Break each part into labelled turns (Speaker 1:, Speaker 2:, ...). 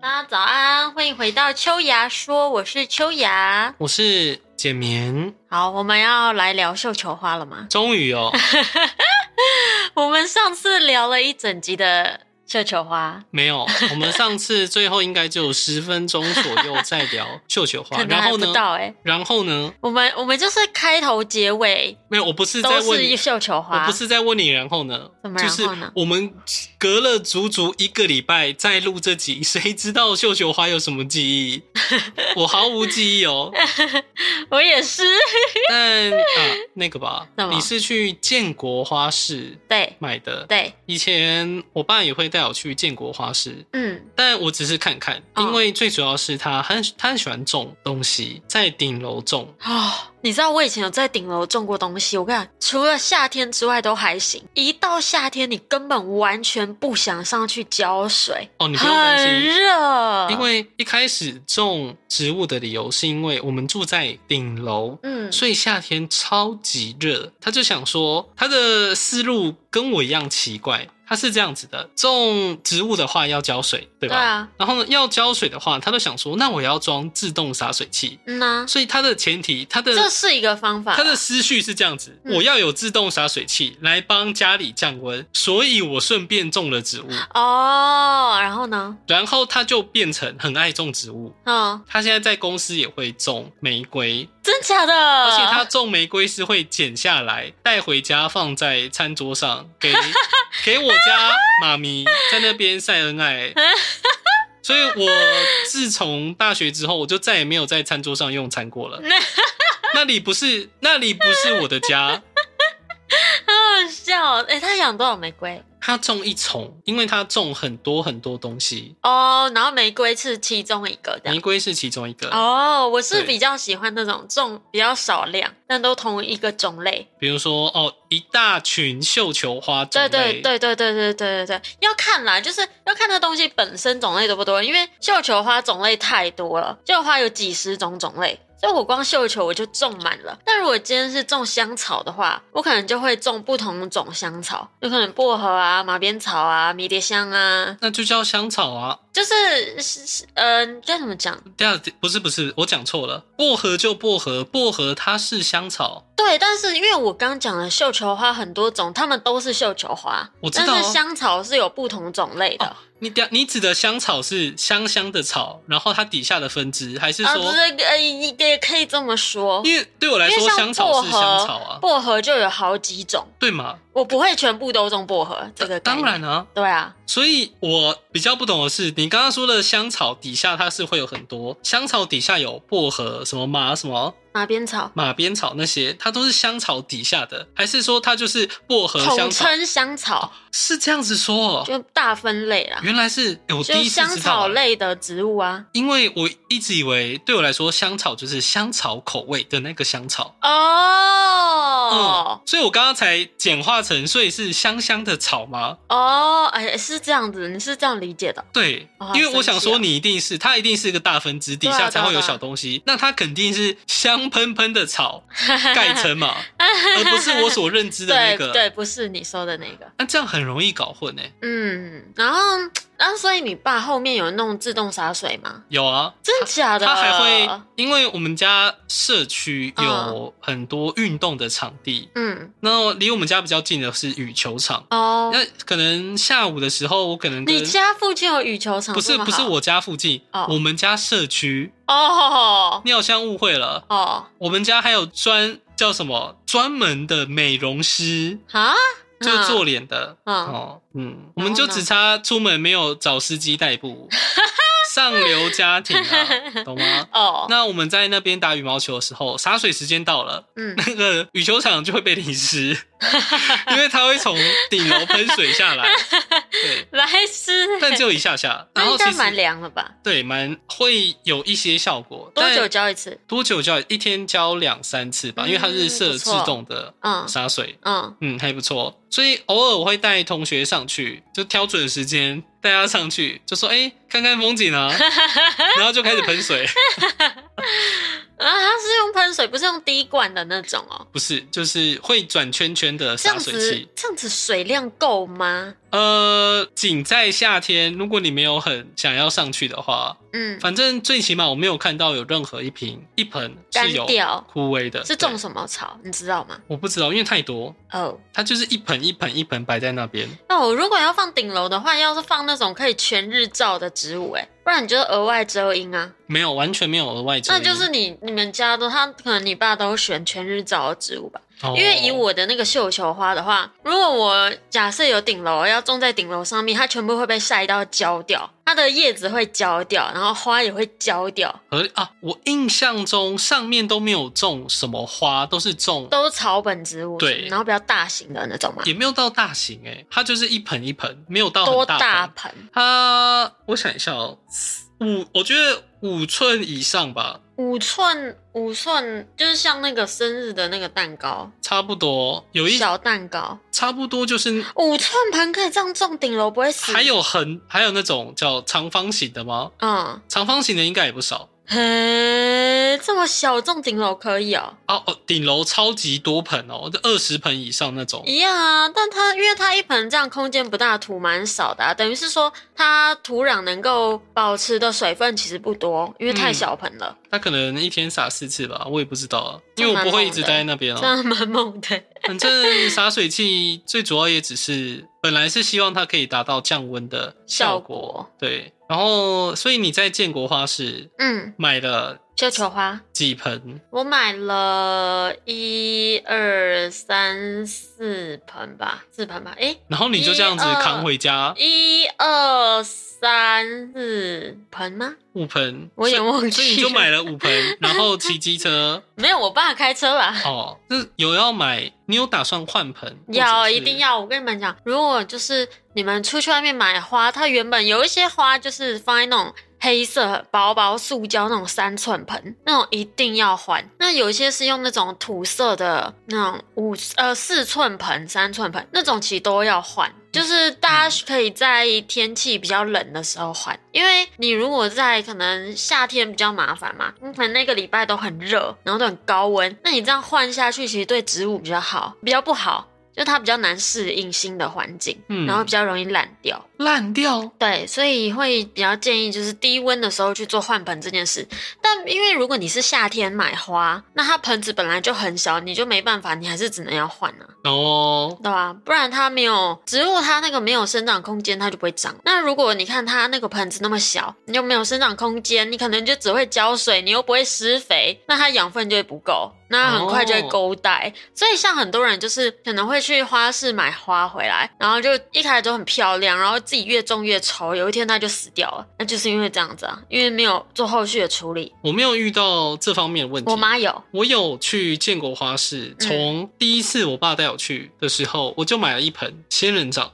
Speaker 1: 大家早安，欢迎回到秋芽说，我是秋芽。
Speaker 2: 我是简眠，
Speaker 1: 好，我们要来聊绣球花了吗？
Speaker 2: 终于哦，
Speaker 1: 我们上次聊了一整集的绣球花，
Speaker 2: 没有，我们上次最后应该就有十分钟左右在聊绣球花，
Speaker 1: 可能
Speaker 2: 然
Speaker 1: 还
Speaker 2: 后
Speaker 1: 不
Speaker 2: 呢，
Speaker 1: 到哎、
Speaker 2: 然后呢，
Speaker 1: 我们我们就是开头结尾
Speaker 2: 没有，我不是在
Speaker 1: 都
Speaker 2: 问
Speaker 1: 是
Speaker 2: 你，
Speaker 1: 绣球花，
Speaker 2: 我不是在问你，然后呢
Speaker 1: 怎么，
Speaker 2: 就
Speaker 1: 然后
Speaker 2: 是
Speaker 1: 呢
Speaker 2: 我们隔了足足一个礼拜再录这集，谁知道绣球花有什么记 忆？我毫无记忆哦，
Speaker 1: 我也是。
Speaker 2: 但啊，那个吧
Speaker 1: 什，么
Speaker 2: 你是去建国花市
Speaker 1: 对
Speaker 2: 买的，
Speaker 1: 对，
Speaker 2: 以前我爸也会带我去建国花市，
Speaker 1: 嗯，
Speaker 2: 但我只是看看，
Speaker 1: 哦
Speaker 2: 因为最主要是他很他很喜欢种东西，在顶楼种。
Speaker 1: 哦，你知道我以前有在顶楼种过东西，我跟你讲，除了夏天之外都还行，一到夏天你根本完全不想上去浇水，
Speaker 2: 哦，你不
Speaker 1: 很
Speaker 2: 用担心，
Speaker 1: 热，
Speaker 2: 因为一开始种植物的理由是因为我们住在顶楼。
Speaker 1: 嗯，
Speaker 2: 所以夏天超级热，他就想说他的思路跟我一样奇怪。他是这样子的，种植物的话要浇水，
Speaker 1: 对
Speaker 2: 对吧？
Speaker 1: 啊，
Speaker 2: 然后呢，要浇水的话，他就想说，那我要装自动洒水器。
Speaker 1: 嗯呐、
Speaker 2: 所以他的前提，他的
Speaker 1: 这是一个方法啦，
Speaker 2: 他的思绪是这样子：
Speaker 1: 啊嗯
Speaker 2: 我要有自动洒水器来帮家里降温，所以我顺便种了植物，
Speaker 1: 啊哦，然后呢，
Speaker 2: 然后他就变成很爱种植物。
Speaker 1: 嗯，
Speaker 2: 他现在在公司也会种玫瑰，
Speaker 1: 真假的，
Speaker 2: 而
Speaker 1: 而
Speaker 2: 且 他种玫瑰是会剪下来带回家放在餐桌上给给我家妈咪在那边晒恩爱。所以我自从大学之后，我就再也没有在餐桌上用餐过了。那里不是那里不是我的家。
Speaker 1: 好好笑，哎、他养多少玫瑰？
Speaker 2: 他种一丛，因为他种很多很多东西，
Speaker 1: 哦，然后玫瑰是其中一个这
Speaker 2: 玫
Speaker 1: 样。
Speaker 2: 瑰是其中一个。
Speaker 1: 啊哦，我是
Speaker 2: 对
Speaker 1: 比较喜欢那种种比较少量，但都同一个种类。
Speaker 2: 比如说，哦，一大群绣球花种
Speaker 1: 对
Speaker 2: 类，
Speaker 1: 对对对对对对对对，要看啦，就是要看那东西本身种类多不多，因为绣球花种类太多了，绣球花有几十种种类，所以我光绣球我就种满了。但如果今天是种香草的话，我可能就会种不同种香草，有可能薄荷啊、马鞭草啊、迷迭香啊，
Speaker 2: 那就叫香草啊。
Speaker 1: 就是是是嗯、该怎么讲？
Speaker 2: 第二，不是不是，我讲错了，薄荷就薄荷，薄荷它是香草。
Speaker 1: 对，但是因为我刚讲了绣球花很多种，它们都是绣球花，
Speaker 2: 我知道啊
Speaker 1: 但是香草是有不同种类的。
Speaker 2: 哦你讲你指的香草是香香的草，然后它底下的分支，还是
Speaker 1: 啊，
Speaker 2: 说？
Speaker 1: 不是，呃，也也可以这么说，
Speaker 2: 因为对我来
Speaker 1: 因
Speaker 2: 说
Speaker 1: 为，像
Speaker 2: 香
Speaker 1: 薄
Speaker 2: 草
Speaker 1: 荷，
Speaker 2: 是香草啊，
Speaker 1: 薄荷就有好几种，
Speaker 2: 对吗？
Speaker 1: 我不会全部都种薄荷这个。
Speaker 2: 当，然啊，
Speaker 1: 对啊，
Speaker 2: 所以我比较不懂的是，你刚刚说的香草底下它是会有很多，香草底下有薄荷、什么马、什么
Speaker 1: 马鞭草
Speaker 2: 马鞭草那些，它都是香草底下的，还是说它就是薄荷呃香
Speaker 1: 统
Speaker 2: 草？
Speaker 1: 称香草，
Speaker 2: 是这样子说哦，
Speaker 1: 就大分类啦，
Speaker 2: 原来是、哎我
Speaker 1: 就
Speaker 2: 第一
Speaker 1: 是
Speaker 2: 次
Speaker 1: 香
Speaker 2: 知道
Speaker 1: 草
Speaker 2: 欸，
Speaker 1: 类的植物啊。
Speaker 2: 因为我一直以为对我来说香草就是香草口味的那个香草。
Speaker 1: 哦
Speaker 2: 嗯，所以我刚刚才简化成，所以是香香的草吗？
Speaker 1: 哦，哎，是这样子，你是这样理解的
Speaker 2: 对
Speaker 1: 哦，
Speaker 2: 因为
Speaker 1: 好
Speaker 2: 我
Speaker 1: 神
Speaker 2: 想
Speaker 1: 奇哦
Speaker 2: 说，你一定是它一定是一个大分支，底
Speaker 1: 对啊
Speaker 2: 下才
Speaker 1: 对啊
Speaker 2: 会有
Speaker 1: 对啊
Speaker 2: 小东西，那它肯定是香喷喷的 草盖成嘛，而不是我所认知的那
Speaker 1: 对
Speaker 2: 个。
Speaker 1: 对，不是你说的那个。
Speaker 2: 那这样很容易搞混欸诶。
Speaker 1: 嗯，然后，然后，所以你爸后面有弄自动洒水吗？
Speaker 2: 有啊，
Speaker 1: 真假的？
Speaker 2: 它还会，因为我们家社区有
Speaker 1: 嗯
Speaker 2: 很多运动的场地，
Speaker 1: 嗯，
Speaker 2: 那离我们家比较近的是羽球场。
Speaker 1: 哦，
Speaker 2: 那可能下午的时候，我可能跟
Speaker 1: 你家附近有羽球场？
Speaker 2: 不是
Speaker 1: 这么
Speaker 2: 不是
Speaker 1: 好
Speaker 2: 我家附近
Speaker 1: 哦，
Speaker 2: 我们家社区，
Speaker 1: 哦
Speaker 2: 你好像误会了。
Speaker 1: 哦
Speaker 2: 我们家还有专叫什么专门的美容师，
Speaker 1: 啊，
Speaker 2: 就是做脸的。
Speaker 1: 嗯
Speaker 2: 哦，嗯，我们就只差出门没有找司机代 步，上流家庭啊，懂吗？
Speaker 1: 哦，
Speaker 2: 那我们在那边打羽毛球的时候，洒水时间到了，
Speaker 1: 嗯，
Speaker 2: 那个羽球场就会被 淋湿，因为它会从顶楼喷水 下来。对，
Speaker 1: 来吃，
Speaker 2: 但只有一下下，
Speaker 1: 那
Speaker 2: 然
Speaker 1: 应
Speaker 2: 后其
Speaker 1: 该蛮
Speaker 2: 实
Speaker 1: 凉了吧？
Speaker 2: 对蛮会有一些效果。
Speaker 1: 多
Speaker 2: 但
Speaker 1: 久浇一次？
Speaker 2: 多久浇？一天浇两三次吧，因为它是
Speaker 1: 嗯
Speaker 2: 设
Speaker 1: 不
Speaker 2: 自
Speaker 1: 错
Speaker 2: 动的
Speaker 1: 嗯
Speaker 2: 洒水，
Speaker 1: 嗯，
Speaker 2: 嗯，还不错。所以偶尔我会带同学上去，就挑准时间带他上去，就说：“哎、看看风 景啊，然后就开始喷水，
Speaker 1: 啊，它是用喷水，不是用滴灌的那种哦。
Speaker 2: 不是，就是会转圈圈的
Speaker 1: 这
Speaker 2: 洒
Speaker 1: 样
Speaker 2: 水
Speaker 1: 子
Speaker 2: 器。
Speaker 1: 这样子水量够吗？
Speaker 2: 呃，仅在夏天，如果你没有很想要上去的话，
Speaker 1: 嗯，
Speaker 2: 反正最起码我没有看到有任何一瓶一盆是
Speaker 1: 干
Speaker 2: 有
Speaker 1: 掉
Speaker 2: 枯萎的，
Speaker 1: 是
Speaker 2: 对
Speaker 1: 种什么草，你知道吗？
Speaker 2: 我不知道，因为太多，
Speaker 1: 哦、
Speaker 2: 它就是一盆一盆一盆摆在那边。
Speaker 1: 那我如果要放顶楼的话，要是放那种可以全日照的植物、哎，不然你就是额外遮阴啊。
Speaker 2: 没有，完全没有额外遮
Speaker 1: 那
Speaker 2: 阴。
Speaker 1: 就是你你们家都，他可能你爸都选全日照的植物吧。
Speaker 2: 哦
Speaker 1: 因为以我的那个绣球花的话，如果我假设有顶楼要种在顶楼上面，它全部会被晒到焦掉，它的叶子会焦掉，然后花也会焦掉，
Speaker 2: 合理啊，我印象中上面都没有种什么花，都是种
Speaker 1: 都是草本植物，
Speaker 2: 对
Speaker 1: 然后比较大型的那种嘛，
Speaker 2: 也没有到大型哎、它就是一盆一盆，没有到
Speaker 1: 多
Speaker 2: 很大盆。
Speaker 1: 大盆？
Speaker 2: 它我想一下哦，五我觉得五寸以上吧，
Speaker 1: 五寸五寸，就是像那个生日的那个蛋糕，
Speaker 2: 差不多有一
Speaker 1: 小蛋糕，
Speaker 2: 差不多就是
Speaker 1: 五寸盆可以这样种顶楼不会死？
Speaker 2: 还有横，还有那种叫长方形的吗？
Speaker 1: 嗯，
Speaker 2: 长方形的应该也不少
Speaker 1: 嘿，这么小种顶楼可以哦。
Speaker 2: 哦哦，顶楼超级多盆哦，二十盆以上那种。
Speaker 1: 一样啊，但它因为它一盆这样空间不大，土蛮少的、啊，等于是说它土壤能够保持的水分其实不多，因为太小盆了，
Speaker 2: 他可能一天撒四次吧，我也不知道啊，
Speaker 1: 这
Speaker 2: 因为我不
Speaker 1: 蛮猛
Speaker 2: 会一直
Speaker 1: 的
Speaker 2: 待在那边
Speaker 1: 这
Speaker 2: 啊。
Speaker 1: 样蛮猛的。
Speaker 2: 反正洒水器最主要也只是，本来是希望它可以达到降温的
Speaker 1: 效
Speaker 2: 效果，
Speaker 1: 果
Speaker 2: 对。然后，所以你在建国花市
Speaker 1: 嗯，
Speaker 2: 买了
Speaker 1: 绣球花，
Speaker 2: 几盆？
Speaker 1: 我买了一二三四盆吧，四盆吧，诶，
Speaker 2: 然后你就这样子
Speaker 1: 一二
Speaker 2: 扛回家
Speaker 1: 一二三四盆吗？
Speaker 2: 五盆，
Speaker 1: 我也忘记
Speaker 2: 所以所以你就买了五盆，然后骑机车。
Speaker 1: 没有，我爸开车啦。
Speaker 2: 哦，那有要买，你有打算换盆？或
Speaker 1: 要
Speaker 2: 者是
Speaker 1: 一定。要！我跟你们讲，如果就是你们出去外面买花，它原本有一些花就是放在那种黑色薄薄塑胶那种三寸盆，那种一定要换。那有一些是用那种土色的那种五呃四寸盆、三寸盆那种，其实都要换。就是大家可以在天气比较冷的时候换，因为你如果在可能夏天比较麻烦嘛，你可能那个礼拜都很热，然后都很高温，那你这样换下去，其实对植物比较好，比较不好，就它比较难适应新的环境，
Speaker 2: 嗯
Speaker 1: 然后比较容易烂掉。
Speaker 2: 烂掉，
Speaker 1: 对，所以会比较建议就是低温的时候去做换盆这件事。但因为如果你是夏天买花，那它盆子本来就很小，你就没办法，你还是只能要换啊，
Speaker 2: 哦，
Speaker 1: 对吧、不然它没有植物，它那个没有生长空间，它就不会长。那如果你看它那个盆子那么小，你又没有生长空间，你可能就只会浇水，你又不会施肥，那它养分就会不够，那很快就会
Speaker 2: 哦
Speaker 1: 勾带。所以像很多人就是可能会去花市买花回来，然后就一开始都很漂亮，然后自己越种越丑，有一天它就死掉了，那就是因为这样子啊，因为没有做后续的处理。
Speaker 2: 我没有遇到这方面的问题。
Speaker 1: 我妈有，
Speaker 2: 我有去建国花
Speaker 1: 嗯
Speaker 2: 市，从第一次我爸带我去的时候，我就买了一盆仙 人掌，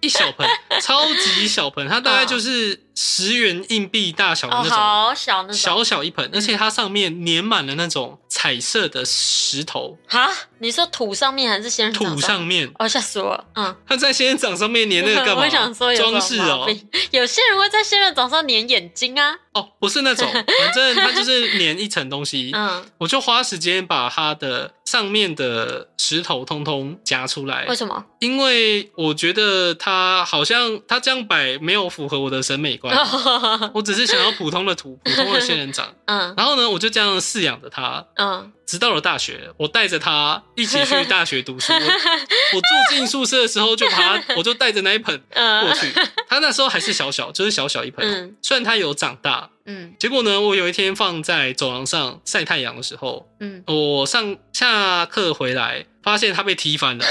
Speaker 2: 一小盆，超级小盆，它大概就是十元硬币大小
Speaker 1: 嗯
Speaker 2: 的
Speaker 1: 哦，
Speaker 2: 那种，
Speaker 1: 好小那种。
Speaker 2: 小小一盆，而且它上面粘满了那种彩色的石头，
Speaker 1: 哈，你说土嗯上面还是仙人掌
Speaker 2: 土上面，
Speaker 1: 哦，吓死我了！嗯，
Speaker 2: 它在仙人掌上面粘那个干嘛？
Speaker 1: 我想说有什么
Speaker 2: 装饰哦
Speaker 1: 毛，病有些人会在仙人掌上粘眼睛啊。
Speaker 2: 哦，不是那种， 反正它就是粘一层东西。
Speaker 1: 嗯，
Speaker 2: 我就花时间把它的上面的石头通通夹出来
Speaker 1: 为，什么？
Speaker 2: 因为我觉得它好像它这样摆没有符合我的审美观，
Speaker 1: 哦
Speaker 2: 我只是想要普通的土，普通的仙人掌。
Speaker 1: 嗯
Speaker 2: 然后呢，我就这样饲养着它，
Speaker 1: 嗯，
Speaker 2: 直到了大学，我带着它一起去大学读 书。我我住进宿舍的时候，就把它，我就带着那一盆过
Speaker 1: 嗯
Speaker 2: 去。它那时候还是小小，就是小小一盆。
Speaker 1: 嗯
Speaker 2: 虽然它有长大，
Speaker 1: 嗯
Speaker 2: 结果呢，我有一天放在走廊上晒太阳的时候，
Speaker 1: 嗯，
Speaker 2: 我哦上下课回来，发现他被踢翻了，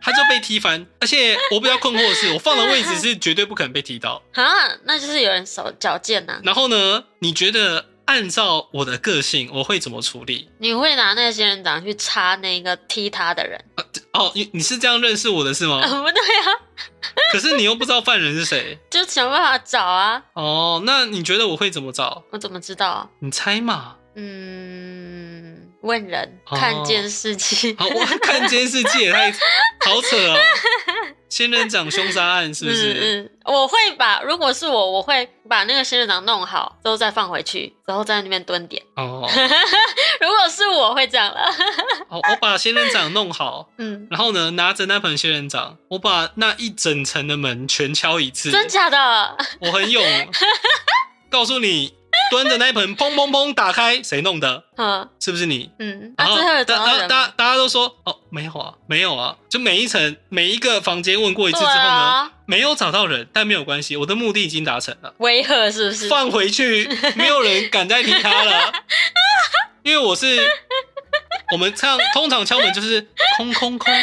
Speaker 2: 他就被踢翻。而且我比较困惑的是，我放的位置是绝对不可能被踢到。
Speaker 1: 啊，那就是有人手矫健啊呐。
Speaker 2: 然后呢，你觉得按照我的个性，我会怎么处理？
Speaker 1: 你会拿那个仙人掌去插那个踢他的人？
Speaker 2: 哦，你你是这样认识我的 是吗？
Speaker 1: 不对啊，
Speaker 2: 可是你又不知道犯人是谁
Speaker 1: 就想办法找啊。
Speaker 2: 哦。那你觉得我会怎么找？
Speaker 1: 我怎么知道啊？
Speaker 2: 你猜嘛？
Speaker 1: 嗯，问人，
Speaker 2: 哦
Speaker 1: 看监视器。
Speaker 2: 好，我看监视器也太好扯哦。仙人掌凶杀案是不是？
Speaker 1: 嗯嗯，我会把，如果是我，我会把那个仙人掌弄好之后再放回去，然后在那边蹲点。
Speaker 2: 哦，
Speaker 1: 如果是我会这样了，
Speaker 2: 哦，我把仙人掌弄好，
Speaker 1: 嗯，
Speaker 2: 然后呢，拿着那盆仙人掌，我把那一整层的门全敲一次，
Speaker 1: 真假的？
Speaker 2: 我 很勇，告诉你，端着那盆砰砰砰打开，谁弄的？
Speaker 1: 嗯
Speaker 2: 是不是你？
Speaker 1: 嗯，那
Speaker 2: 然后
Speaker 1: 最后有
Speaker 2: 大
Speaker 1: 找到
Speaker 2: 大
Speaker 1: 人
Speaker 2: 大
Speaker 1: 吗？
Speaker 2: 大家都说哦，没有啊，没有啊，就每一层每一个房间问过一次之
Speaker 1: 对
Speaker 2: 后呢，
Speaker 1: 啊，
Speaker 2: 没有找到人，但没有关系，我的目的已经达成了，
Speaker 1: 威吓是不是？
Speaker 2: 放回去，没有人敢再提他 了，因为我是我们唱通常敲门就是空空空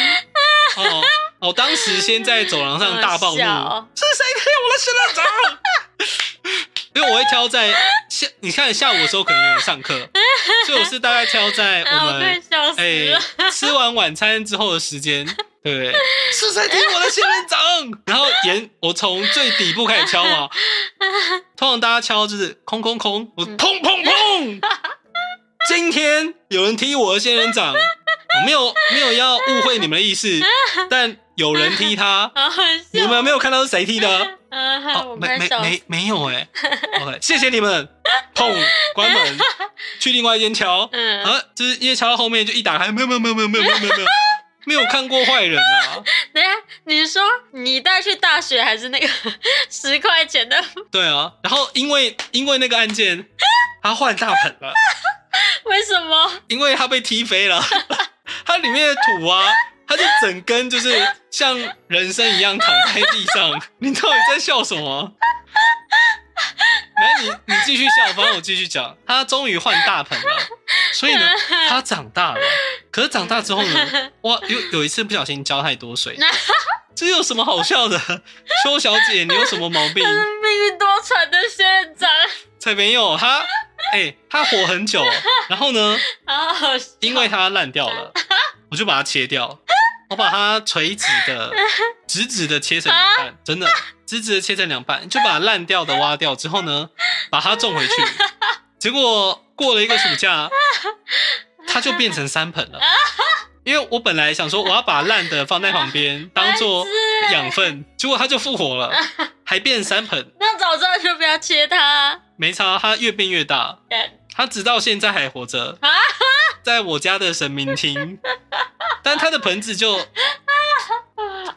Speaker 2: 哦。哦，当时先在走廊上大暴怒，
Speaker 1: 好笑哦
Speaker 2: 是谁骗我的仙人掌？因为我会挑在下，你看下午的时候可能有人上课，所以我是大概挑在
Speaker 1: 啊，
Speaker 2: 我
Speaker 1: 我
Speaker 2: 们
Speaker 1: 快笑死
Speaker 2: 哎、
Speaker 1: 了。
Speaker 2: 吃完晚餐之后的时 间，对不对？是谁听我的仙人掌？然后沿我从最底部开始敲 嘛，通常大家敲就是空空空，我砰砰砰。今天有人踢我的仙人掌，我没有没有要误会你们的意思，但有人踢 他，
Speaker 1: 好好笑！
Speaker 2: 你们没有看到是谁踢的？
Speaker 1: 啊，
Speaker 2: 哦
Speaker 1: 我，
Speaker 2: 没
Speaker 1: 快
Speaker 2: 没
Speaker 1: 笑死
Speaker 2: 没没有哎、OK，谢谢你们，砰，关门，去另外一间敲，
Speaker 1: 嗯
Speaker 2: 啊，就是因为敲到后面就一打开，没有没有没有没有没有没有没有没有，没有看过坏人啊，
Speaker 1: 等一下，你说你带去大学还是那个 十块钱的？
Speaker 2: 对啊，然后因为因为那个案件，他换大盆了，
Speaker 1: 为什么？
Speaker 2: 因为他被踢飞了， 它里面的土啊， 它就整根就是像人参一样躺在地上， 你到底在笑什么？没，你你继续笑，反正我继续讲。他终于换大盆了，所以呢，他长大了。可是长大之后呢，哇，有有一次不小心浇太多水，这有什么好笑的？ 邱小姐，你有什么毛病？
Speaker 1: 是命运多舛的仙人掌，
Speaker 2: 才没有，他哎、他活很久，然后呢，
Speaker 1: 好好笑
Speaker 2: 因为它烂掉 了，我就把它切掉，我把它垂直 的、直直的切成两
Speaker 1: 啊
Speaker 2: 半，真的直直的切成两半，就把烂掉的挖掉之后呢，把它种回去。结果过了一个暑假，它就变成三盆了。因为我本来想说我要把烂的放在旁边当 做
Speaker 1: 白痴欸
Speaker 2: 养分，结果它就复活了，还变三盆，
Speaker 1: 那早知道就不要切 它。
Speaker 2: 没差，它越变越大。
Speaker 1: 干
Speaker 2: 他直到现在还活着
Speaker 1: 啊，
Speaker 2: 在我家的神明 厅，但他的盆子就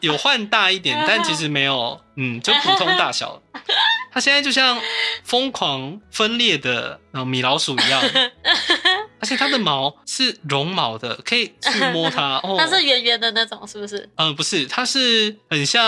Speaker 2: 有换大一
Speaker 1: 嗯
Speaker 2: 点，但其实没有，嗯，就普通大小。他现在就像疯狂分裂的呃米老鼠 一样，而且它的毛是绒毛的，可以去摸 它。哦，
Speaker 1: 它是圆圆的那种，是不是？
Speaker 2: 呃不是，它是很像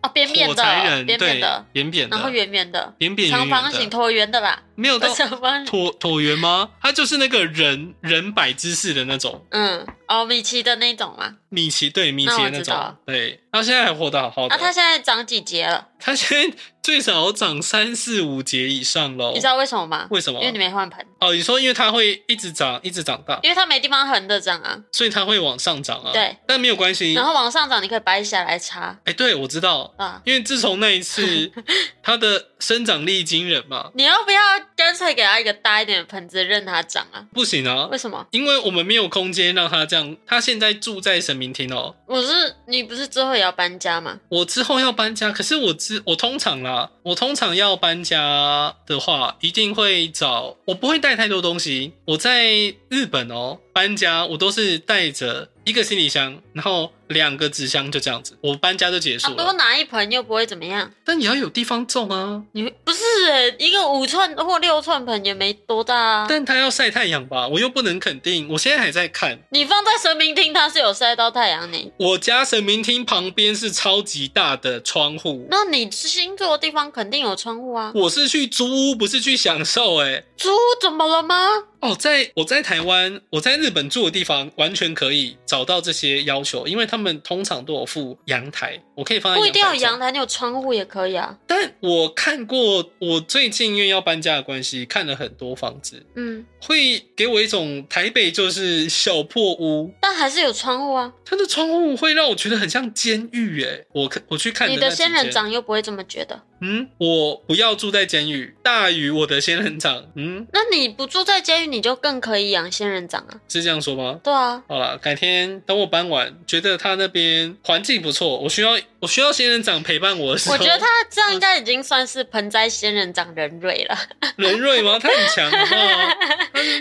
Speaker 1: 哦，扁扁
Speaker 2: 火柴
Speaker 1: 的，
Speaker 2: 人，
Speaker 1: 扁扁的，
Speaker 2: 对，扁扁的，
Speaker 1: 然后圆圆的，
Speaker 2: 扁扁
Speaker 1: 长
Speaker 2: 圆
Speaker 1: 方形、
Speaker 2: 圆的，
Speaker 1: 椭圆的啦，
Speaker 2: 没有到
Speaker 1: 长方形。
Speaker 2: 椭椭圆吗？它就是那个人人摆姿势的那种
Speaker 1: 嗯，哦，米奇的那种嘛。
Speaker 2: 米奇，对米奇
Speaker 1: 那我
Speaker 2: 那
Speaker 1: 知
Speaker 2: 种，
Speaker 1: 道
Speaker 2: 对。他现在还活得好好的，
Speaker 1: 啊，它现在长几节了？
Speaker 2: 他现在最少长三四五节以上喽
Speaker 1: 你。知道为什么吗？
Speaker 2: 哦为什么
Speaker 1: 因？为你没换盆，
Speaker 2: 哦，你说因为它会一直长，一直长大，
Speaker 1: 因为它没地方横着长啊。
Speaker 2: 所以它会往上长啊。
Speaker 1: 对，
Speaker 2: 但没有关系。
Speaker 1: 然后往上长，你可以掰下来插
Speaker 2: 哎、对我知道，
Speaker 1: 啊。
Speaker 2: 因为自从那一次， 它的生长力惊人嘛，
Speaker 1: 你要不要干脆给它一个大一点的盆子，任它长啊？
Speaker 2: 不行啊
Speaker 1: 为，什么？
Speaker 2: 因为我们没有空间让它这样。它现在住在神明厅哦，
Speaker 1: 我是你不是之后也要搬家吗？
Speaker 2: 我之后要搬家，可是我之我通常啦，我通常要搬家的话，一定会找我不会带太多东西。我在日本哦，搬家我都是带着一个行李箱，然后两个纸箱就这样子，我搬家就结
Speaker 1: 啊，
Speaker 2: 束了。
Speaker 1: 多拿一盆又不会怎么样。
Speaker 2: 但也要有地方种啊，
Speaker 1: 你不是欸一个五寸或六寸盆也没多大啊。
Speaker 2: 但它要晒太阳吧，我又不能肯定。我现在还在看，
Speaker 1: 你放在神明厅，它是有晒到太阳呢。
Speaker 2: 我家神明厅旁边是超级大的窗户。
Speaker 1: 那你新住的地方肯定有窗户啊。
Speaker 2: 我是去租屋，不是去享受、欸，
Speaker 1: 猪怎么了吗？
Speaker 2: 哦，在我在台湾，我在日本住的地方，完全可以找到这些要求，因为他们通常都有附阳台，我可以放在
Speaker 1: 不一定要有阳
Speaker 2: 台上。
Speaker 1: 台，你有窗户也可以啊。
Speaker 2: 但我看过，我最近因为要搬家的关系，看了很多房子，
Speaker 1: 嗯，
Speaker 2: 会给我一种台北就是小破屋，
Speaker 1: 但还是有窗户啊。
Speaker 2: 它的窗户会让我觉得很像监狱。哎，我看我去看
Speaker 1: 你
Speaker 2: 的
Speaker 1: 的
Speaker 2: 那
Speaker 1: 仙
Speaker 2: 几
Speaker 1: 人
Speaker 2: 间，
Speaker 1: 掌又不会这么觉得。
Speaker 2: 嗯，我不要住在监狱，大于我的仙人掌。嗯，
Speaker 1: 那你不住在监狱，你就更可以养仙人掌啊。
Speaker 2: 是这样说吗？
Speaker 1: 对 啊，
Speaker 2: 好啦，改天等我搬完，觉得他那边环境不错，我需要我需要仙人掌陪伴我的时候，
Speaker 1: 我觉得他这样应该已经算是盆栽仙人掌人瑞了。
Speaker 2: 人瑞吗？他很强，好不好？他是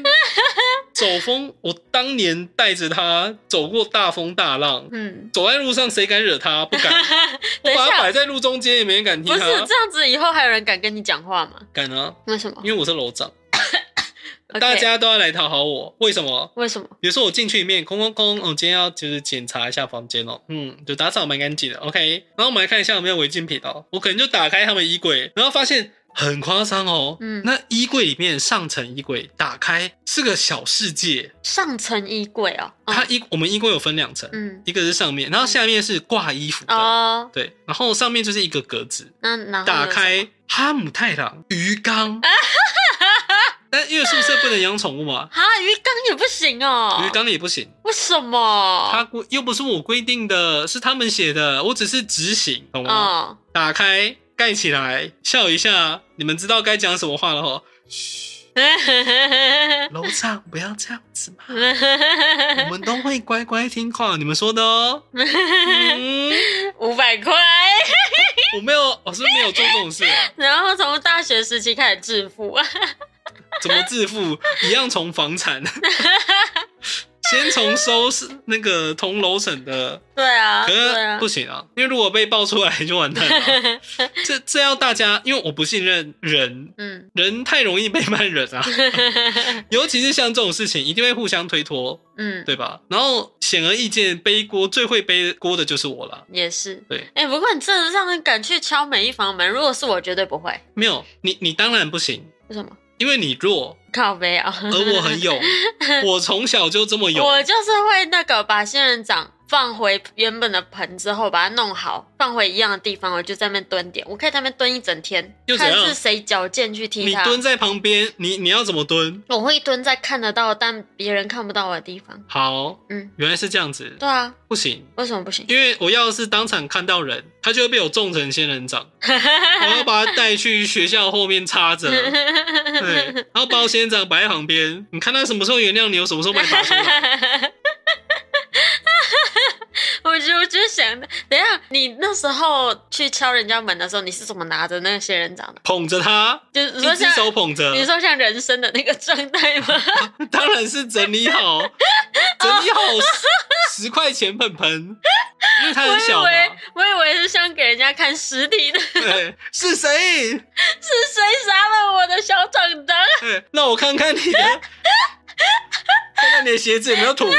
Speaker 2: 走风，我当年带着他走过大风大浪，
Speaker 1: 嗯，
Speaker 2: 走在路上谁敢惹他？不敢，
Speaker 1: 等一
Speaker 2: 我把他
Speaker 1: 下
Speaker 2: 摆，在路中间也没人敢踢
Speaker 1: 不是
Speaker 2: 他，
Speaker 1: 这样子，以后还有人敢跟你讲话吗？
Speaker 2: 敢啊，
Speaker 1: 为什么？
Speaker 2: 因为我是楼长，
Speaker 1: OK
Speaker 2: 大家都要来讨好我，为什么？
Speaker 1: 为什么？
Speaker 2: 比如说我进去里面，空空空，我今天要就是检查一下房间哦，嗯，就打扫蛮干净的，OK。然后我们来看一下有没有违禁品哦，我可能就打开他们衣柜，然后发现很夸张哦，
Speaker 1: 嗯
Speaker 2: 那衣柜里面上层衣柜打开是个小世界，
Speaker 1: 上层衣柜哦，嗯
Speaker 2: 它衣我们衣柜有分两层，
Speaker 1: 嗯
Speaker 2: 一个是上面，然后下面是挂衣服的，
Speaker 1: 哦，嗯
Speaker 2: 对，然后上面就是一个格子，
Speaker 1: 那然后
Speaker 2: 打
Speaker 1: 有什
Speaker 2: 开
Speaker 1: 么
Speaker 2: 哈姆太郎鱼 缸，但因为宿舍不能养宠物嘛，
Speaker 1: 啊，鱼缸也不行哦，
Speaker 2: 鱼缸里也不行。
Speaker 1: 为什么？
Speaker 2: 他规又不是我规定的，是他们写的，我只是执行，懂啊吗？
Speaker 1: 哦，
Speaker 2: 打开盖起来，笑一下，你们知道该讲什么话了吼。
Speaker 1: 嗯
Speaker 2: 楼上不要这样子嘛，我们都会乖乖听话你们说 的哦。嗯，
Speaker 1: 五百块，
Speaker 2: 我没有，我是没有做这种事、啊，
Speaker 1: 然后从大学时期开始致富 啊，
Speaker 2: 怎么致富？一样从房 产，先从收拾那个同楼层的
Speaker 1: 对啊，
Speaker 2: 可
Speaker 1: 对
Speaker 2: 是
Speaker 1: 啊
Speaker 2: 不，行啊，因为如果被爆出来就完蛋了。 这这要大家，因为我不信任人，
Speaker 1: 嗯，
Speaker 2: 人太容易背叛人啊，尤其是像这种事情，一定会互相推脱，
Speaker 1: 嗯，
Speaker 2: 对吧？然后显而易见，背锅最会背锅的就是我了。
Speaker 1: 也是。
Speaker 2: 对，
Speaker 1: 哎、不过你真的让人敢去敲每一房门，如果是我，绝对不会。
Speaker 2: 没有你，你当然不行，
Speaker 1: 为什么？
Speaker 2: 因为你弱，
Speaker 1: 靠背啊！
Speaker 2: 而我很勇，我从小就这么勇。
Speaker 1: 我就是会那个把仙人掌放回原本的盆之后，把它弄好，放回一样的地方，我就在那边蹲点，我可以在那边蹲一整天
Speaker 2: 又，怎
Speaker 1: 看
Speaker 2: 样
Speaker 1: 是谁矫健去踢
Speaker 2: 你
Speaker 1: 它。
Speaker 2: 蹲在旁边，你你要怎么蹲？
Speaker 1: 我会蹲在看得到但别人看不到我的地方。
Speaker 2: 好，
Speaker 1: 嗯，
Speaker 2: 原来是这样子，
Speaker 1: 对啊，
Speaker 2: 不行，
Speaker 1: 为什么不行？
Speaker 2: 因为我要是当场看到人，他就会被我种成仙人掌，我要把他带去学校后面插着， 对，然后把我仙人掌摆在旁边，你看他什么时候原谅你，我什么时候把你拔 出来。
Speaker 1: 我就我就想，等一下你那时候去敲人家门的时候，你是怎么拿着那个仙人掌的？
Speaker 2: 捧着他，
Speaker 1: 就是你
Speaker 2: 一
Speaker 1: 说
Speaker 2: 只
Speaker 1: 像
Speaker 2: 手捧着，
Speaker 1: 你说像人生的那个状态 吗？
Speaker 2: 当然是整理好， 整理好
Speaker 1: 哦
Speaker 2: 十十块钱盆盆，因为它
Speaker 1: 我
Speaker 2: 很
Speaker 1: 以
Speaker 2: 小嘛。
Speaker 1: 为我以为是像给人家看实体的，是
Speaker 2: 对，是谁？
Speaker 1: 谁杀了我的小掌灯？
Speaker 2: 对，那我看看你的，看看你的鞋子有没有土。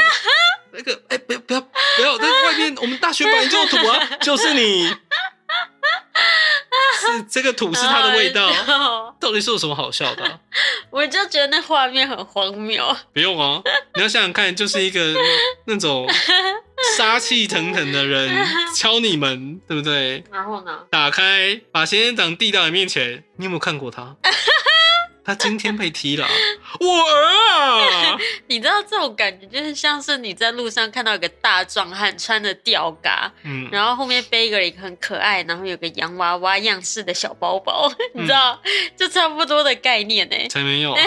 Speaker 2: 那个，哎、不要不要不要，在外面我们大学本来就有土啊，就是 你，是这个土是它的味 道。
Speaker 1: 然后
Speaker 2: 到底是有什么好笑的啊、
Speaker 1: 我就觉得那画面很荒谬。
Speaker 2: 不用哦，你要想想看，就是 一个那种杀气腾腾的人敲你门，对不对？
Speaker 1: 然后呢？
Speaker 2: 打开，把仙人掌递到你面前。你有没有看 过他？他今天被踢了啊，我儿 啊！
Speaker 1: 你知道这种感觉就是像是你在路上看到一个大壮汉穿着吊嘎，
Speaker 2: 嗯，
Speaker 1: 然后后面背一个一个很可爱，然后有个洋娃娃样式的小包包，你
Speaker 2: 嗯
Speaker 1: 知道，就差不多的概念呢。
Speaker 2: 才没有。啊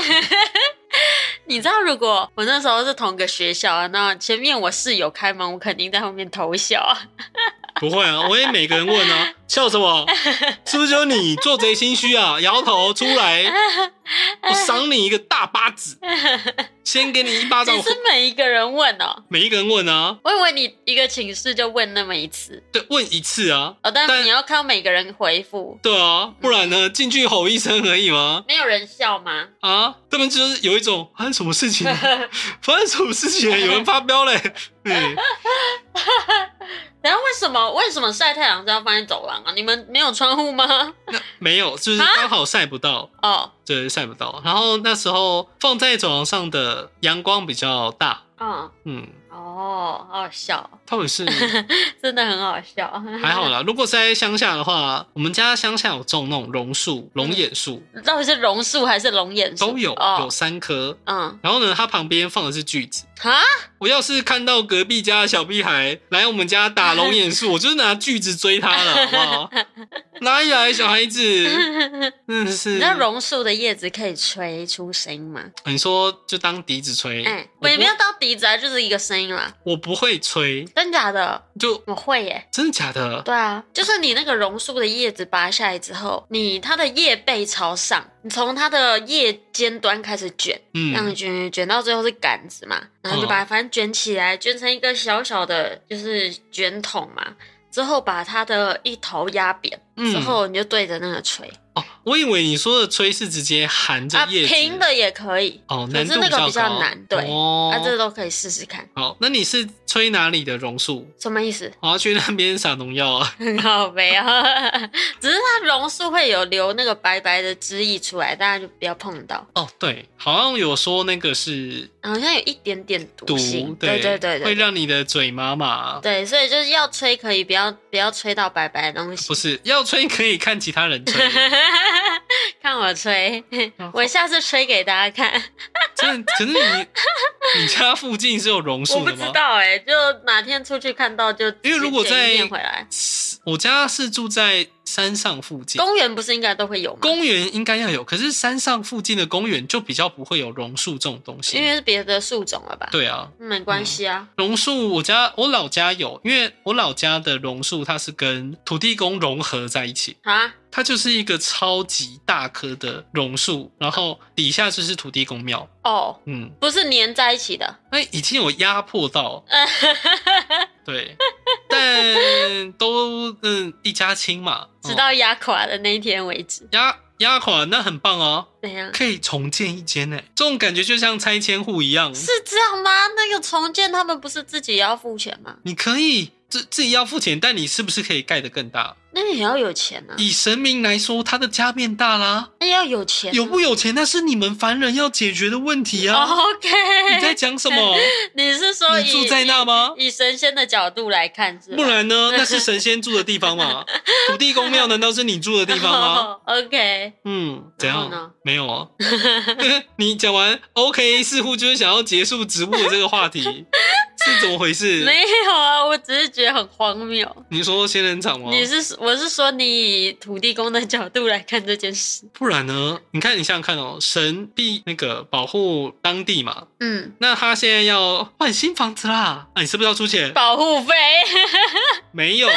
Speaker 1: 你知道，如果我那时候是同个学校啊，那前面我室友开门，我肯定在后面偷笑啊。
Speaker 2: 不会啊，我也每个人问 啊，笑什么？是不是就你做贼心虚啊？摇头出来， 我赏你一个大巴子，先给你一巴掌
Speaker 1: 你。是每一个人问哦，
Speaker 2: 每一个人问啊，
Speaker 1: 我以为你一个寝室就问那么一次
Speaker 2: 对，问一次啊，
Speaker 1: 哦，但
Speaker 2: 但
Speaker 1: 你要看到每个人回复，
Speaker 2: 对啊，不然呢，进去吼一声而已吗？
Speaker 1: 没有人笑吗？
Speaker 2: 啊，他们就是有一种发生什么 事情了，发生什么事情了，有人发飙嘞， 嗯对，
Speaker 1: 然后为什么为什么晒太阳是要放在走廊啊？你们没有窗户吗？
Speaker 2: 那没有，就是
Speaker 1: 啊
Speaker 2: 刚好晒不到，
Speaker 1: 哦，
Speaker 2: 对，晒不到。然后那时候放在走廊上的阳光比较大，
Speaker 1: 嗯，
Speaker 2: 嗯，
Speaker 1: 哦哦，好好笑，
Speaker 2: 到底是
Speaker 1: 真的很好笑。
Speaker 2: 还好啦。如果是在乡下的话，我们家乡下有种那种榕树、龙眼树，
Speaker 1: 到底是榕树嗯还是龙眼树？
Speaker 2: 都有，有
Speaker 1: 哦，
Speaker 2: 三棵。
Speaker 1: 嗯，
Speaker 2: 然后呢，它旁边放的是锯子。
Speaker 1: 哈，
Speaker 2: 我要是看到隔壁家的小屁孩来我们家打龙 眼树，我就是拿锯子追他了，好不好？哪里来的小孩子？真的是
Speaker 1: 你知，道榕树的叶子可以吹出声音吗？
Speaker 2: 你说就当笛子吹，
Speaker 1: 哎，
Speaker 2: 我
Speaker 1: 我也
Speaker 2: 不
Speaker 1: 没有到笛子啊，就是一个声音啦。
Speaker 2: 我不会吹，
Speaker 1: 真假的？
Speaker 2: 就
Speaker 1: 我会耶。
Speaker 2: 真的假的？
Speaker 1: 对啊，就是你那个榕树的叶子拔下来之后，你它的叶背朝上，你从它的叶尖端开始卷，这样
Speaker 2: 嗯，
Speaker 1: 卷卷卷到最后是杆子嘛，然后就把它反正卷起来，卷成一个小小的，就是卷筒嘛。之后把它的一头压扁，
Speaker 2: 嗯
Speaker 1: 之后你就对着那个吹、
Speaker 2: 哦，我以为你说的吹是直接含着
Speaker 1: 啊，
Speaker 2: 叶子，
Speaker 1: 平的也可以，
Speaker 2: 哦，
Speaker 1: 可
Speaker 2: 难
Speaker 1: 是
Speaker 2: 度
Speaker 1: 那个
Speaker 2: 较
Speaker 1: 比较
Speaker 2: 高
Speaker 1: 难对
Speaker 2: 哦，
Speaker 1: 啊，这个都可以试试看。
Speaker 2: 好，那你是吹哪里的榕树？
Speaker 1: 什么意思？
Speaker 2: 我要去那边撒农药啊！
Speaker 1: 很好呗啊！ 只是它榕树会有留那个白白的汁液出来，大家就不要碰到。
Speaker 2: 哦，对，好像有说那个是
Speaker 1: 好像有一点点毒
Speaker 2: 毒，
Speaker 1: 性，
Speaker 2: 对
Speaker 1: 对对
Speaker 2: 会
Speaker 1: 对对，
Speaker 2: 让你的嘴麻麻。
Speaker 1: 对，所以就是要吹可以不要不要吹到白白的东西
Speaker 2: 不。是，要吹可以看其他人吹，
Speaker 1: 看我吹
Speaker 2: 然后，
Speaker 1: 我下次吹给大家看。
Speaker 2: 真的。可是你你家附近是有榕
Speaker 1: 我
Speaker 2: 树
Speaker 1: 不
Speaker 2: 的
Speaker 1: 知
Speaker 2: 吗？
Speaker 1: 道哎、就哪天出去看到就
Speaker 2: 因为如果
Speaker 1: 捡一
Speaker 2: 在
Speaker 1: 片回来，
Speaker 2: 我家是住在山上附近，
Speaker 1: 公园不是应该都会有吗？
Speaker 2: 公园应该要有，可是山上附近的公园就比较不会有榕树这种东
Speaker 1: 因
Speaker 2: 西。
Speaker 1: 为是别的树种了吧？
Speaker 2: 对啊，
Speaker 1: 没关系啊。
Speaker 2: 榕树，我家我老家有，因为我老家的榕树它是跟土地公融合在一起，
Speaker 1: 啊，
Speaker 2: 它就是一个超级大棵的榕树，然后底下就是土地公庙。
Speaker 1: 哦，
Speaker 2: 嗯，
Speaker 1: 不是粘在一起的。
Speaker 2: 那哎已经有压 迫到，对，但都嗯一家亲嘛，
Speaker 1: 直
Speaker 2: 哦
Speaker 1: 到压垮的那一天为止。
Speaker 2: 压压垮那很棒哦，
Speaker 1: 怎样？
Speaker 2: 可以重建一间呢，这种感觉就像拆迁户一样，
Speaker 1: 是这样吗？那个重建他们不是自己也要付钱吗？
Speaker 2: 你可以自自己要付钱，但你是不是可以盖得更大？
Speaker 1: 那也要有钱啊，
Speaker 2: 以神明来说，他的家变大啦，
Speaker 1: 那也要有钱、啊。
Speaker 2: 有不有钱那是你们凡人要解决的问题啊。
Speaker 1: o k
Speaker 2: 你在讲什么？
Speaker 1: 你是说
Speaker 2: 你
Speaker 1: 哦以
Speaker 2: 住在那吗？
Speaker 1: 以神仙的角度来看是吧？
Speaker 2: 不然呢？那是神仙住的地 方嘛？土地公庙难道是你住的地方吗？
Speaker 1: 哦、？OK，
Speaker 2: 嗯，怎
Speaker 1: 然后呢
Speaker 2: 样？没有 啊。你讲完 OK，似乎就是想要结束植物的这 个话题，是怎么回事？
Speaker 1: 没有啊，我只是觉得很荒谬。
Speaker 2: 你说仙人掌吗？
Speaker 1: 你是我是说你以土地公的角度来看这件事，
Speaker 2: 不然呢？你看，你想想看哦，神必那个保护当地嘛，
Speaker 1: 嗯，
Speaker 2: 那他现在要换新房子啦，啊，你是不是要出钱？
Speaker 1: 保护费，
Speaker 2: 没有，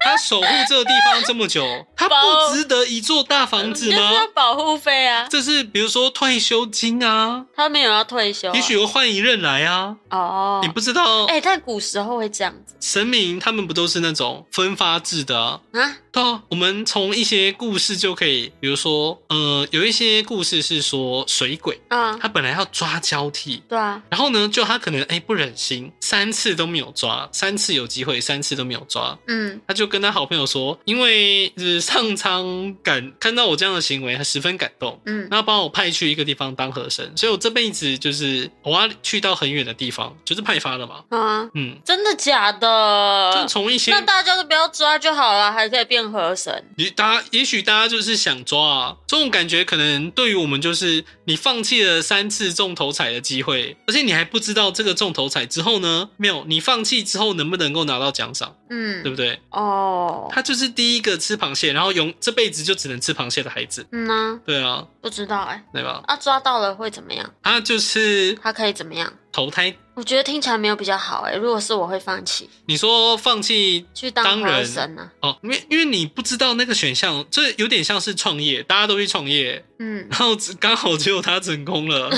Speaker 2: 他守护这个地方这么 久，他
Speaker 1: 保
Speaker 2: 不值得一座大房
Speaker 1: 你
Speaker 2: 子
Speaker 1: 就是要
Speaker 2: 吗？
Speaker 1: 保 护费啊，
Speaker 2: 这是比如说退休金啊，
Speaker 1: 他没有要退休、啊，
Speaker 2: 也许会换一任来啊，
Speaker 1: 哦，
Speaker 2: 你不知道
Speaker 1: 哎、但古时候会这样子
Speaker 2: 神明他们不都是那种分发制的、啊？
Speaker 1: 啊？
Speaker 2: 对啊，我们从一些故事就可以，比如说，呃，有一些故事是说水鬼，
Speaker 1: 啊，
Speaker 2: 他本来要抓交替，
Speaker 1: 对啊，
Speaker 2: 然后呢，就他可能哎、不忍心，三次都没有抓，三次有机会，三次都没有抓，
Speaker 1: 嗯，
Speaker 2: 他就跟他好朋友说，因为就是上苍感看到我这样的行为，他十分感动，
Speaker 1: 嗯，
Speaker 2: 那把我派去一个地方当和神，所以我这辈子就是我要去到很远的地方，就是派发了嘛，
Speaker 1: 好啊，
Speaker 2: 嗯，
Speaker 1: 真的假
Speaker 2: 就
Speaker 1: 的？
Speaker 2: 从一些
Speaker 1: 那大家都不要抓就好了，还可以变河神。
Speaker 2: 你大家也许大家就是想抓啊，这种感觉可能对于我们就是你放弃了三次中头彩的机会，而且你还不知道这个中头彩之后呢，没有你放弃之后能不能够拿到奖赏，对
Speaker 1: 嗯，
Speaker 2: 不对？
Speaker 1: 哦，
Speaker 2: 他就是第一个吃螃蟹，然后永这辈子就只能吃螃蟹的孩子，
Speaker 1: 嗯呢、
Speaker 2: 对啊，
Speaker 1: 不知道哎、
Speaker 2: 对吧？
Speaker 1: 啊，抓到了会怎么样？
Speaker 2: 他就是
Speaker 1: 他可以怎么样？
Speaker 2: 投胎。
Speaker 1: 我觉得听起来没有比较好哎、如果是我会放弃
Speaker 2: 你说放弃
Speaker 1: 去当
Speaker 2: 当然
Speaker 1: 河神啊呢、
Speaker 2: 哦，因为因为你不知道那个选项，这有点像是创业，大家都去创业，
Speaker 1: 嗯，
Speaker 2: 然后只刚好只有他成功了，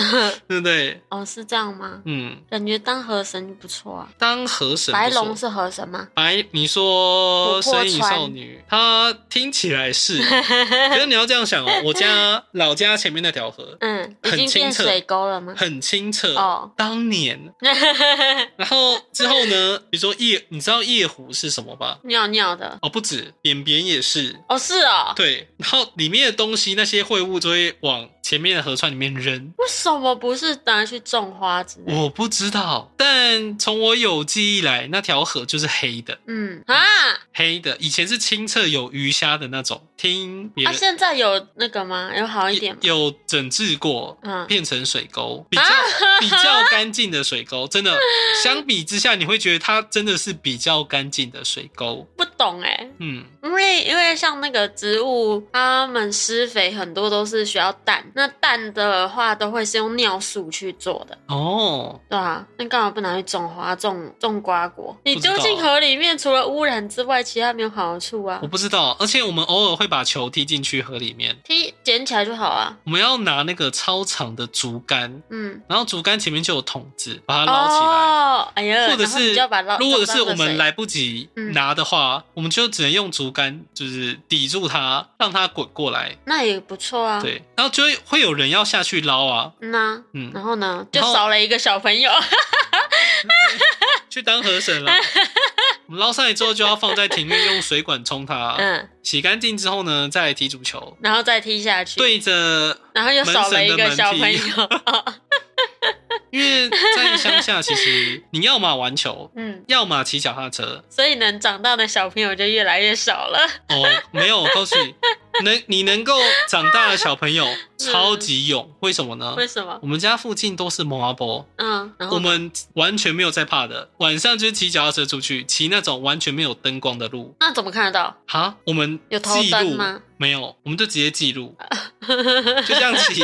Speaker 2: 对不对？
Speaker 1: 哦，是这样吗？
Speaker 2: 嗯。
Speaker 1: 感觉当河神不错啊。
Speaker 2: 当河神不错
Speaker 1: 白龙是河神吗？
Speaker 2: 白，你说
Speaker 1: 琥珀
Speaker 2: 身影少女，她听起来是，可是你要这样想哦，我家老家前面那条河
Speaker 1: 嗯，已
Speaker 2: 很
Speaker 1: 经
Speaker 2: 清
Speaker 1: 变
Speaker 2: 澈
Speaker 1: 水沟了吗？
Speaker 2: 很清澈，
Speaker 1: 哦
Speaker 2: 当年，然后之后呢， 比如说夜，你知道夜壶是什么吧？
Speaker 1: 尿尿的
Speaker 2: 哦，不止，扁扁也是。
Speaker 1: 哦，是哦，
Speaker 2: 对，然后里面的东西那些秽物就会会往前面的河川里面扔。
Speaker 1: 为什么不是拿去种花之类？
Speaker 2: 我不知道，但从我有记忆来，那条河就是黑的，
Speaker 1: 嗯啊，
Speaker 2: 黑的。以前是清澈有鱼虾的那种，听别
Speaker 1: 啊，
Speaker 2: 人、
Speaker 1: 现在有那个吗？有好一点吗？
Speaker 2: 有整治过，
Speaker 1: 嗯，
Speaker 2: 变成水沟， 比较、比较干净的水沟，真的，相比之下，你会觉得它真的是比较干净的水沟。
Speaker 1: 不懂哎、
Speaker 2: 嗯，
Speaker 1: 因为因为像那个植物，它们施肥很多都是需要氮，那氮的话都会是用尿素去做的，
Speaker 2: 哦，
Speaker 1: 对啊，那干嘛不拿去种花、种种瓜果？你
Speaker 2: 不知道
Speaker 1: 丢进河里面，除了污染之外，其他没有好处啊
Speaker 2: 我。不知道，而且我们偶尔会把球踢进去河里面，
Speaker 1: 踢捡起来就好啊。
Speaker 2: 我们要拿那个超长的竹竿，
Speaker 1: 嗯，
Speaker 2: 然后竹竿前面就有桶子，把它捞起来。
Speaker 1: 哦，哎呀，
Speaker 2: 或者
Speaker 1: 然后
Speaker 2: 是
Speaker 1: 你就要把捞，
Speaker 2: 如果
Speaker 1: 倒
Speaker 2: 是
Speaker 1: 到
Speaker 2: 我们
Speaker 1: 水
Speaker 2: 来不及
Speaker 1: 嗯
Speaker 2: 拿的话，我们就只能用竹竿，就是抵住它，让它滚过来。
Speaker 1: 那也不错啊。
Speaker 2: 对，然后就会会有人要下去捞啊，
Speaker 1: 嗯呐、
Speaker 2: 嗯
Speaker 1: 然，后呢，就
Speaker 2: 然后
Speaker 1: 少了一个小朋友。
Speaker 2: 去当 河神了。我们捞上来之后就要放在庭院，用水管冲它，
Speaker 1: 嗯，
Speaker 2: 洗干净之后呢，再踢足球，
Speaker 1: 然后再踢下去。，
Speaker 2: 对着，
Speaker 1: 然后又少了一个小朋
Speaker 2: 门
Speaker 1: 友
Speaker 2: 神。因为在乡下其实你要么玩球，
Speaker 1: 嗯，
Speaker 2: 要么骑脚踏车，
Speaker 1: 所以能长大的小朋友就越来越少了。
Speaker 2: 哦，没有，恭喜能你能够长大的小朋友超级勇，为什么呢
Speaker 1: 嗯为？什么？
Speaker 2: 我们家附近都是摩阿波，
Speaker 1: 嗯，然后
Speaker 2: 嗯我们完全没有在怕的。晚上就是骑脚踏车出去，骑那种完全没有灯光的路。
Speaker 1: 那怎么看得到？
Speaker 2: 哈，我们
Speaker 1: 有头
Speaker 2: 记
Speaker 1: 灯
Speaker 2: 录
Speaker 1: 吗？
Speaker 2: 没有，我们就直接记录，就这样 骑。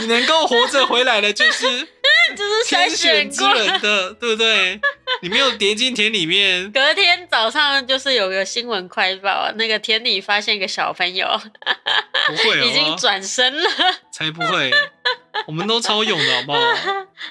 Speaker 2: 你能够活着回来的，就是
Speaker 1: 就是 筛
Speaker 2: 天选
Speaker 1: 选
Speaker 2: 之
Speaker 1: 过。
Speaker 2: 人的，对不对？你没有跌进田里面，
Speaker 1: 隔天早上就是有个新闻快报，那个田里发现一个小朋友
Speaker 2: 哎不会
Speaker 1: 已经
Speaker 2: 哦，
Speaker 1: 转身了，
Speaker 2: 才不会。我们都超勇的，好不好？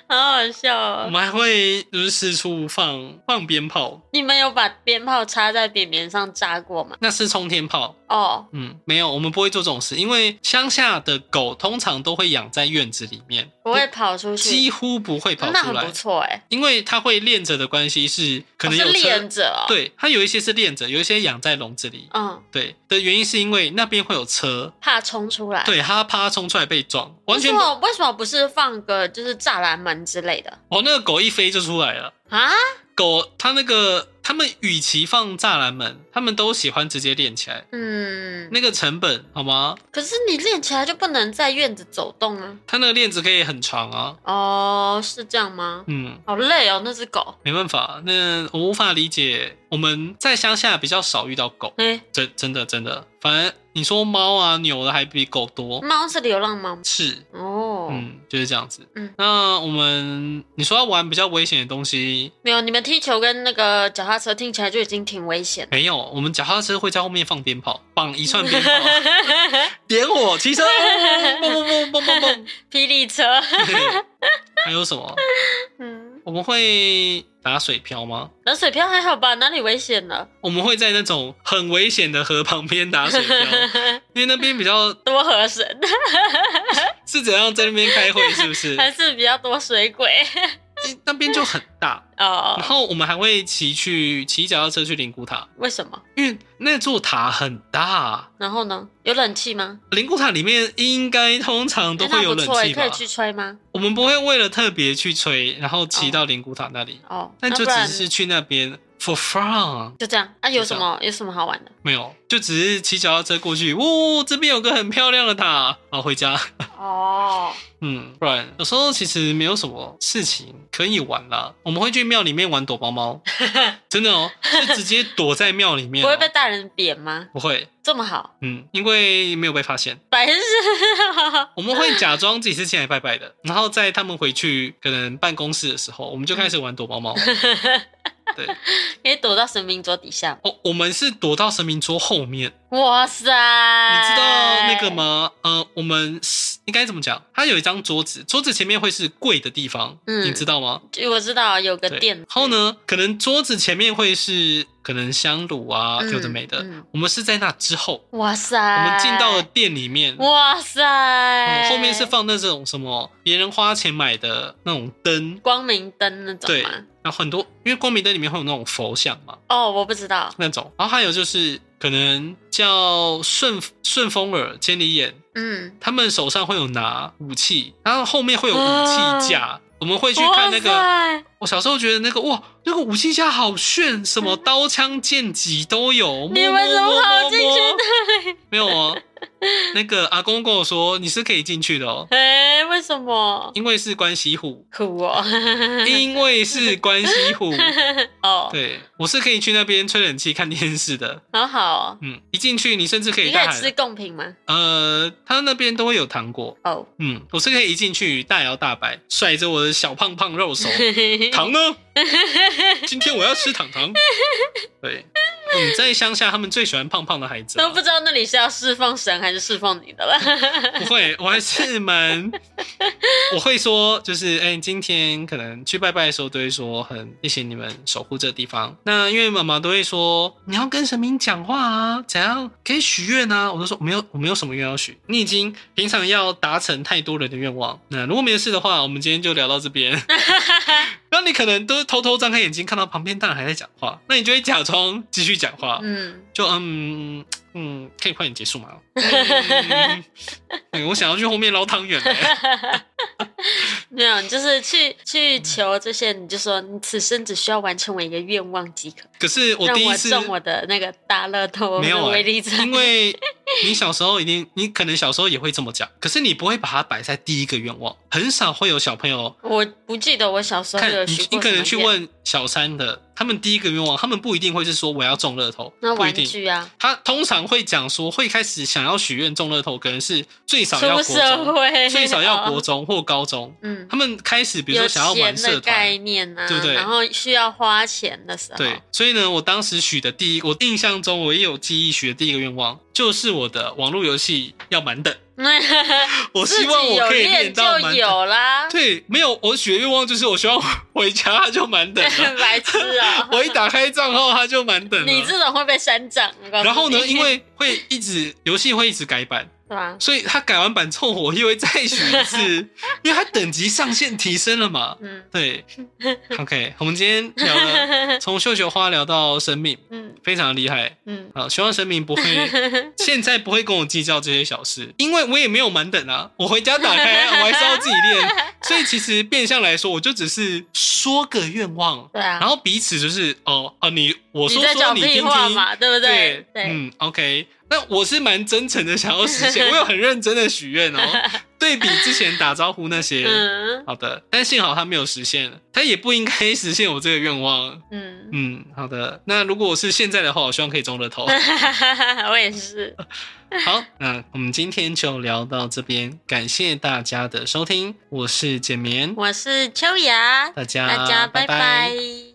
Speaker 1: 好好笑
Speaker 2: 我
Speaker 1: 哦！
Speaker 2: 们还会就是四处放放鞭炮，
Speaker 1: 你们有把鞭炮插在扁扁上炸过吗？
Speaker 2: 那是冲天炮。
Speaker 1: 哦，
Speaker 2: 嗯，没有，我们不会做这种事，因为乡下的狗通常都会养在院子里面，
Speaker 1: 不会跑出去，
Speaker 2: 几乎不会跑
Speaker 1: 那
Speaker 2: 出
Speaker 1: 很
Speaker 2: 来
Speaker 1: 不，错哎、
Speaker 2: 因为它会练着的关系是可能
Speaker 1: 哦
Speaker 2: 有
Speaker 1: 是
Speaker 2: 车，
Speaker 1: 练着哦。，
Speaker 2: 对，它有一些是练着，有一些养在笼子里。
Speaker 1: 嗯，
Speaker 2: 对的原因是因为那边会有车，
Speaker 1: 怕冲出来。，
Speaker 2: 对，它怕它冲出来被撞，完全
Speaker 1: 为
Speaker 2: 不
Speaker 1: 什么为什么不是放个就是栅栏门之类的
Speaker 2: 哦，那个狗一飞就出来了。
Speaker 1: 啊？
Speaker 2: 狗它那个，他们与其放栅栏门，他们都喜欢直接练起来，
Speaker 1: 嗯，
Speaker 2: 那个成本好吗？
Speaker 1: 可是你练起来就不能在院子走动啊。
Speaker 2: 它那个链子可以很长啊。
Speaker 1: 哦，是这样吗？
Speaker 2: 嗯，
Speaker 1: 好累哦，那只狗。
Speaker 2: 没办法，那我无法理解，我们在乡下比较少遇到狗，
Speaker 1: 哎、
Speaker 2: 真真的真的，反正你说猫啊牛的还比狗多，
Speaker 1: 猫是流浪猫吗
Speaker 2: 是，
Speaker 1: 哦，
Speaker 2: 嗯，就是这样子。
Speaker 1: 嗯，
Speaker 2: 那我们你说要玩比较危险的东西，
Speaker 1: 没有，你们踢球跟那个脚踏车听起来就已经挺危险了。
Speaker 2: 没有，我们脚踏车会在后面放鞭炮，绑一串鞭炮，点火，骑车，嘣嘣嘣嘣嘣嘣。
Speaker 1: 霹雳车，
Speaker 2: 对还有什么？
Speaker 1: 嗯，
Speaker 2: 我们会打水漂吗？
Speaker 1: 冷水漂还好吧？哪里危险了？
Speaker 2: 我们会在那种很危险的河旁边打水漂，因为那边比较
Speaker 1: 多河神，
Speaker 2: 是怎样在那边开会，是不是？
Speaker 1: 还是比较多水鬼
Speaker 2: 诶那边就很大。然
Speaker 1: 哦？
Speaker 2: 后我们还会骑去骑脚踏车去灵骨塔，
Speaker 1: 为什么？
Speaker 2: 因为那座塔很大，
Speaker 1: 然后呢？有冷气吗？哎
Speaker 2: 灵骨塔里面应该通常都会有
Speaker 1: 那
Speaker 2: 冷
Speaker 1: 不错耶
Speaker 2: 气
Speaker 1: 可
Speaker 2: 吧
Speaker 1: 以？去吹吗？
Speaker 2: 我们不会为了特别去吹，然后骑到灵骨塔那里，
Speaker 1: 哦，
Speaker 2: 但
Speaker 1: 那
Speaker 2: 就
Speaker 1: 不然
Speaker 2: 只是去那边 for fun。
Speaker 1: 就这样啊？有
Speaker 2: 就这
Speaker 1: 什
Speaker 2: 样
Speaker 1: 么有什么好玩的？
Speaker 2: 没有，就只是骑脚踏车过去，呜、这边有个很漂亮的塔，好回家。
Speaker 1: 哦，
Speaker 2: 嗯，不然有时候其实没有什么事情可以玩啦。我们会去庙里面玩躲 猫猫，真的哦，就直接躲在庙里面
Speaker 1: 不
Speaker 2: 哦、
Speaker 1: 会被大人扁吗？
Speaker 2: 不会，
Speaker 1: 这么好，
Speaker 2: 嗯，因为没有被发现。
Speaker 1: 白痴！
Speaker 2: 我们会假装自己是进来拜拜的，然后在他们回去可能办公室的时候，我们就开始玩躲猫猫。
Speaker 1: 嗯
Speaker 2: 对，
Speaker 1: 可以躲到神明桌底下吗。
Speaker 2: 哦，我们是躲到神明桌后面，
Speaker 1: 哇塞！
Speaker 2: 你
Speaker 1: 你
Speaker 2: 知道那个？吗？呃，我们是应该怎么讲？它有一张桌子，桌子前面会是跪的地方，
Speaker 1: 嗯
Speaker 2: 你知道吗？
Speaker 1: 就我知道有个
Speaker 2: 对
Speaker 1: 店
Speaker 2: 然，后呢，可能桌子前面会是可能香炉啊，
Speaker 1: 嗯
Speaker 2: 有的没的。
Speaker 1: 嗯
Speaker 2: 我们是在那之后，
Speaker 1: 哇塞！
Speaker 2: 我
Speaker 1: 我
Speaker 2: 们进到了店里面，
Speaker 1: 哇塞！
Speaker 2: 嗯后面是放那种什么别人花钱买的那种灯，
Speaker 1: 光明灯那种
Speaker 2: 对
Speaker 1: 吗？，
Speaker 2: 然后很多因为光明灯里面会有那种佛像嘛，
Speaker 1: 哦，我不知道。
Speaker 2: 那种。然后还有就是可能叫顺顺风耳、千里眼，
Speaker 1: 嗯，
Speaker 2: 他们手上会有拿武器，然后后面会有武器架。我们会去看那个，
Speaker 1: 啊哇塞
Speaker 2: 我小时候觉得那个哇，那个武器架好炫，什么刀枪剑戟都有。
Speaker 1: 你们怎么跑进去
Speaker 2: 摸摸摸摸
Speaker 1: 那里？
Speaker 2: 没有哦，那个阿公跟我说你是可以进去的哦，
Speaker 1: 哎、为什么？
Speaker 2: 因为是关西虎，
Speaker 1: 酷哦，
Speaker 2: 因为是关西虎。
Speaker 1: 哦，
Speaker 2: 对，我是可以去那边吹冷气、看电视的。
Speaker 1: 好好哦。
Speaker 2: 嗯，一进去你甚至可以
Speaker 1: 你可
Speaker 2: 带
Speaker 1: 以
Speaker 2: 海
Speaker 1: 吃贡品吗？
Speaker 2: 呃，他那边都会有糖果。
Speaker 1: 哦，
Speaker 2: 嗯，我是可以一进去大摇大摆，甩着我的小胖胖肉 手，糖呢？今天我要吃糖 糖。对，嗯，在乡下他们最喜欢胖胖的孩子啊、
Speaker 1: 都不知道那里是要侍奉神还是侍奉你的了。
Speaker 2: 不会，我还是蛮， 我会说，就是哎、今天可能去拜拜的时候，都会说很谢谢你们守护这个地方。那因为妈妈都会说你要跟神明讲话啊，怎样可以许愿啊？我就说我没有，我没有什么愿要许。你已经平常要达成太多人的愿望。那如果没事的话，我们今天就聊到这边。那你可能都偷偷张开眼睛，看到旁边大人还在讲话，那你就会假装继续讲话。
Speaker 1: 嗯，
Speaker 2: 就嗯嗯，可以快点结束吗？嗯嗯我想要去后面捞汤圆嘞、
Speaker 1: 没有，你就是去去求这些，你就说你此生只需要完成我一个愿望即可，
Speaker 2: 可是我
Speaker 1: 让
Speaker 2: 第一
Speaker 1: 我
Speaker 2: 次
Speaker 1: 中我的那个大乐透
Speaker 2: 没有
Speaker 1: 的
Speaker 2: 欸
Speaker 1: 威力彩。
Speaker 2: 因为你小时候一定，你可能小时候也会这么讲，可是你不会把它摆在第一个愿望，很少会有小朋友
Speaker 1: 我不记得我小时候
Speaker 2: 看
Speaker 1: 有
Speaker 2: 你
Speaker 1: 许，
Speaker 2: 你
Speaker 1: 过
Speaker 2: 可
Speaker 1: 什
Speaker 2: 能
Speaker 1: 么
Speaker 2: 去
Speaker 1: 愿，
Speaker 2: 问小三的，他们第一个愿望，他们不一定会是说我要中乐透，
Speaker 1: 那
Speaker 2: 不一
Speaker 1: 玩
Speaker 2: 定。
Speaker 1: 具啊，
Speaker 2: 他通常会讲说，会开始想要许愿中乐透，可能是最少要
Speaker 1: 出
Speaker 2: 国
Speaker 1: 社
Speaker 2: 中，
Speaker 1: 会
Speaker 2: 最少要国
Speaker 1: 哦
Speaker 2: 中或高中，
Speaker 1: 嗯，
Speaker 2: 他们开始比如
Speaker 1: 有
Speaker 2: 说想要玩
Speaker 1: 钱
Speaker 2: 社
Speaker 1: 的
Speaker 2: 团
Speaker 1: 概，念啊，
Speaker 2: 对不对
Speaker 1: 然后需要花钱的时候，
Speaker 2: 对，所以呢，我当时许的第一，我印象中我也有记忆许的第一个愿望，就是我的网络游戏要满等， 我
Speaker 1: 自
Speaker 2: 希望
Speaker 1: 己
Speaker 2: 我
Speaker 1: 有
Speaker 2: 可以
Speaker 1: 练
Speaker 2: 练到
Speaker 1: 就
Speaker 2: 满等。
Speaker 1: 有啦，
Speaker 2: 对，没有，我许的愿望就是我希望我回家它就满等了，
Speaker 1: 白痴啊、
Speaker 2: 我一打开账号它就满等
Speaker 1: 你
Speaker 2: 了。
Speaker 1: 这种会被删涨，我告诉
Speaker 2: 然后呢，
Speaker 1: 你
Speaker 2: 因为会一直游戏会一直改版，
Speaker 1: 是吧？
Speaker 2: 所以它改完版之后我又会再许一 次，因为它等级上限提升了嘛。
Speaker 1: 嗯
Speaker 2: 对，OK，我们今天聊 了从绣球花聊到生命，
Speaker 1: 嗯
Speaker 2: 非常厉害。
Speaker 1: 嗯，
Speaker 2: 好，希望神明 不会现在不会跟我计较这些小事，因为我也没有满等啊，我回家打 开我还是要自己练，所以其实变相来说，我就只是说个愿望，
Speaker 1: 对啊，
Speaker 2: 然后彼此就是哦哦、你我
Speaker 1: 你
Speaker 2: 说
Speaker 1: 在
Speaker 2: 说
Speaker 1: 讲
Speaker 2: 你听
Speaker 1: 屁话
Speaker 2: 听，
Speaker 1: 嘛，对不
Speaker 2: 对
Speaker 1: 对？对，
Speaker 2: 嗯，OK，那我是蛮真诚的想要 实现，我有很认真的许愿哦，对比之前打招呼那些。
Speaker 1: 嗯
Speaker 2: 好的，但幸好他没有实现，他也不应该实现我这个愿望。
Speaker 1: 嗯，
Speaker 2: 嗯，好的。那如果我是现在的话，我希望可以 中乐透。
Speaker 1: 嗯我也是，
Speaker 2: 好，那我们今天就聊到这边，感谢大家的收听，我是简眠，
Speaker 1: 我是秋雅，
Speaker 2: 大家
Speaker 1: 大家拜
Speaker 2: 拜
Speaker 1: 拜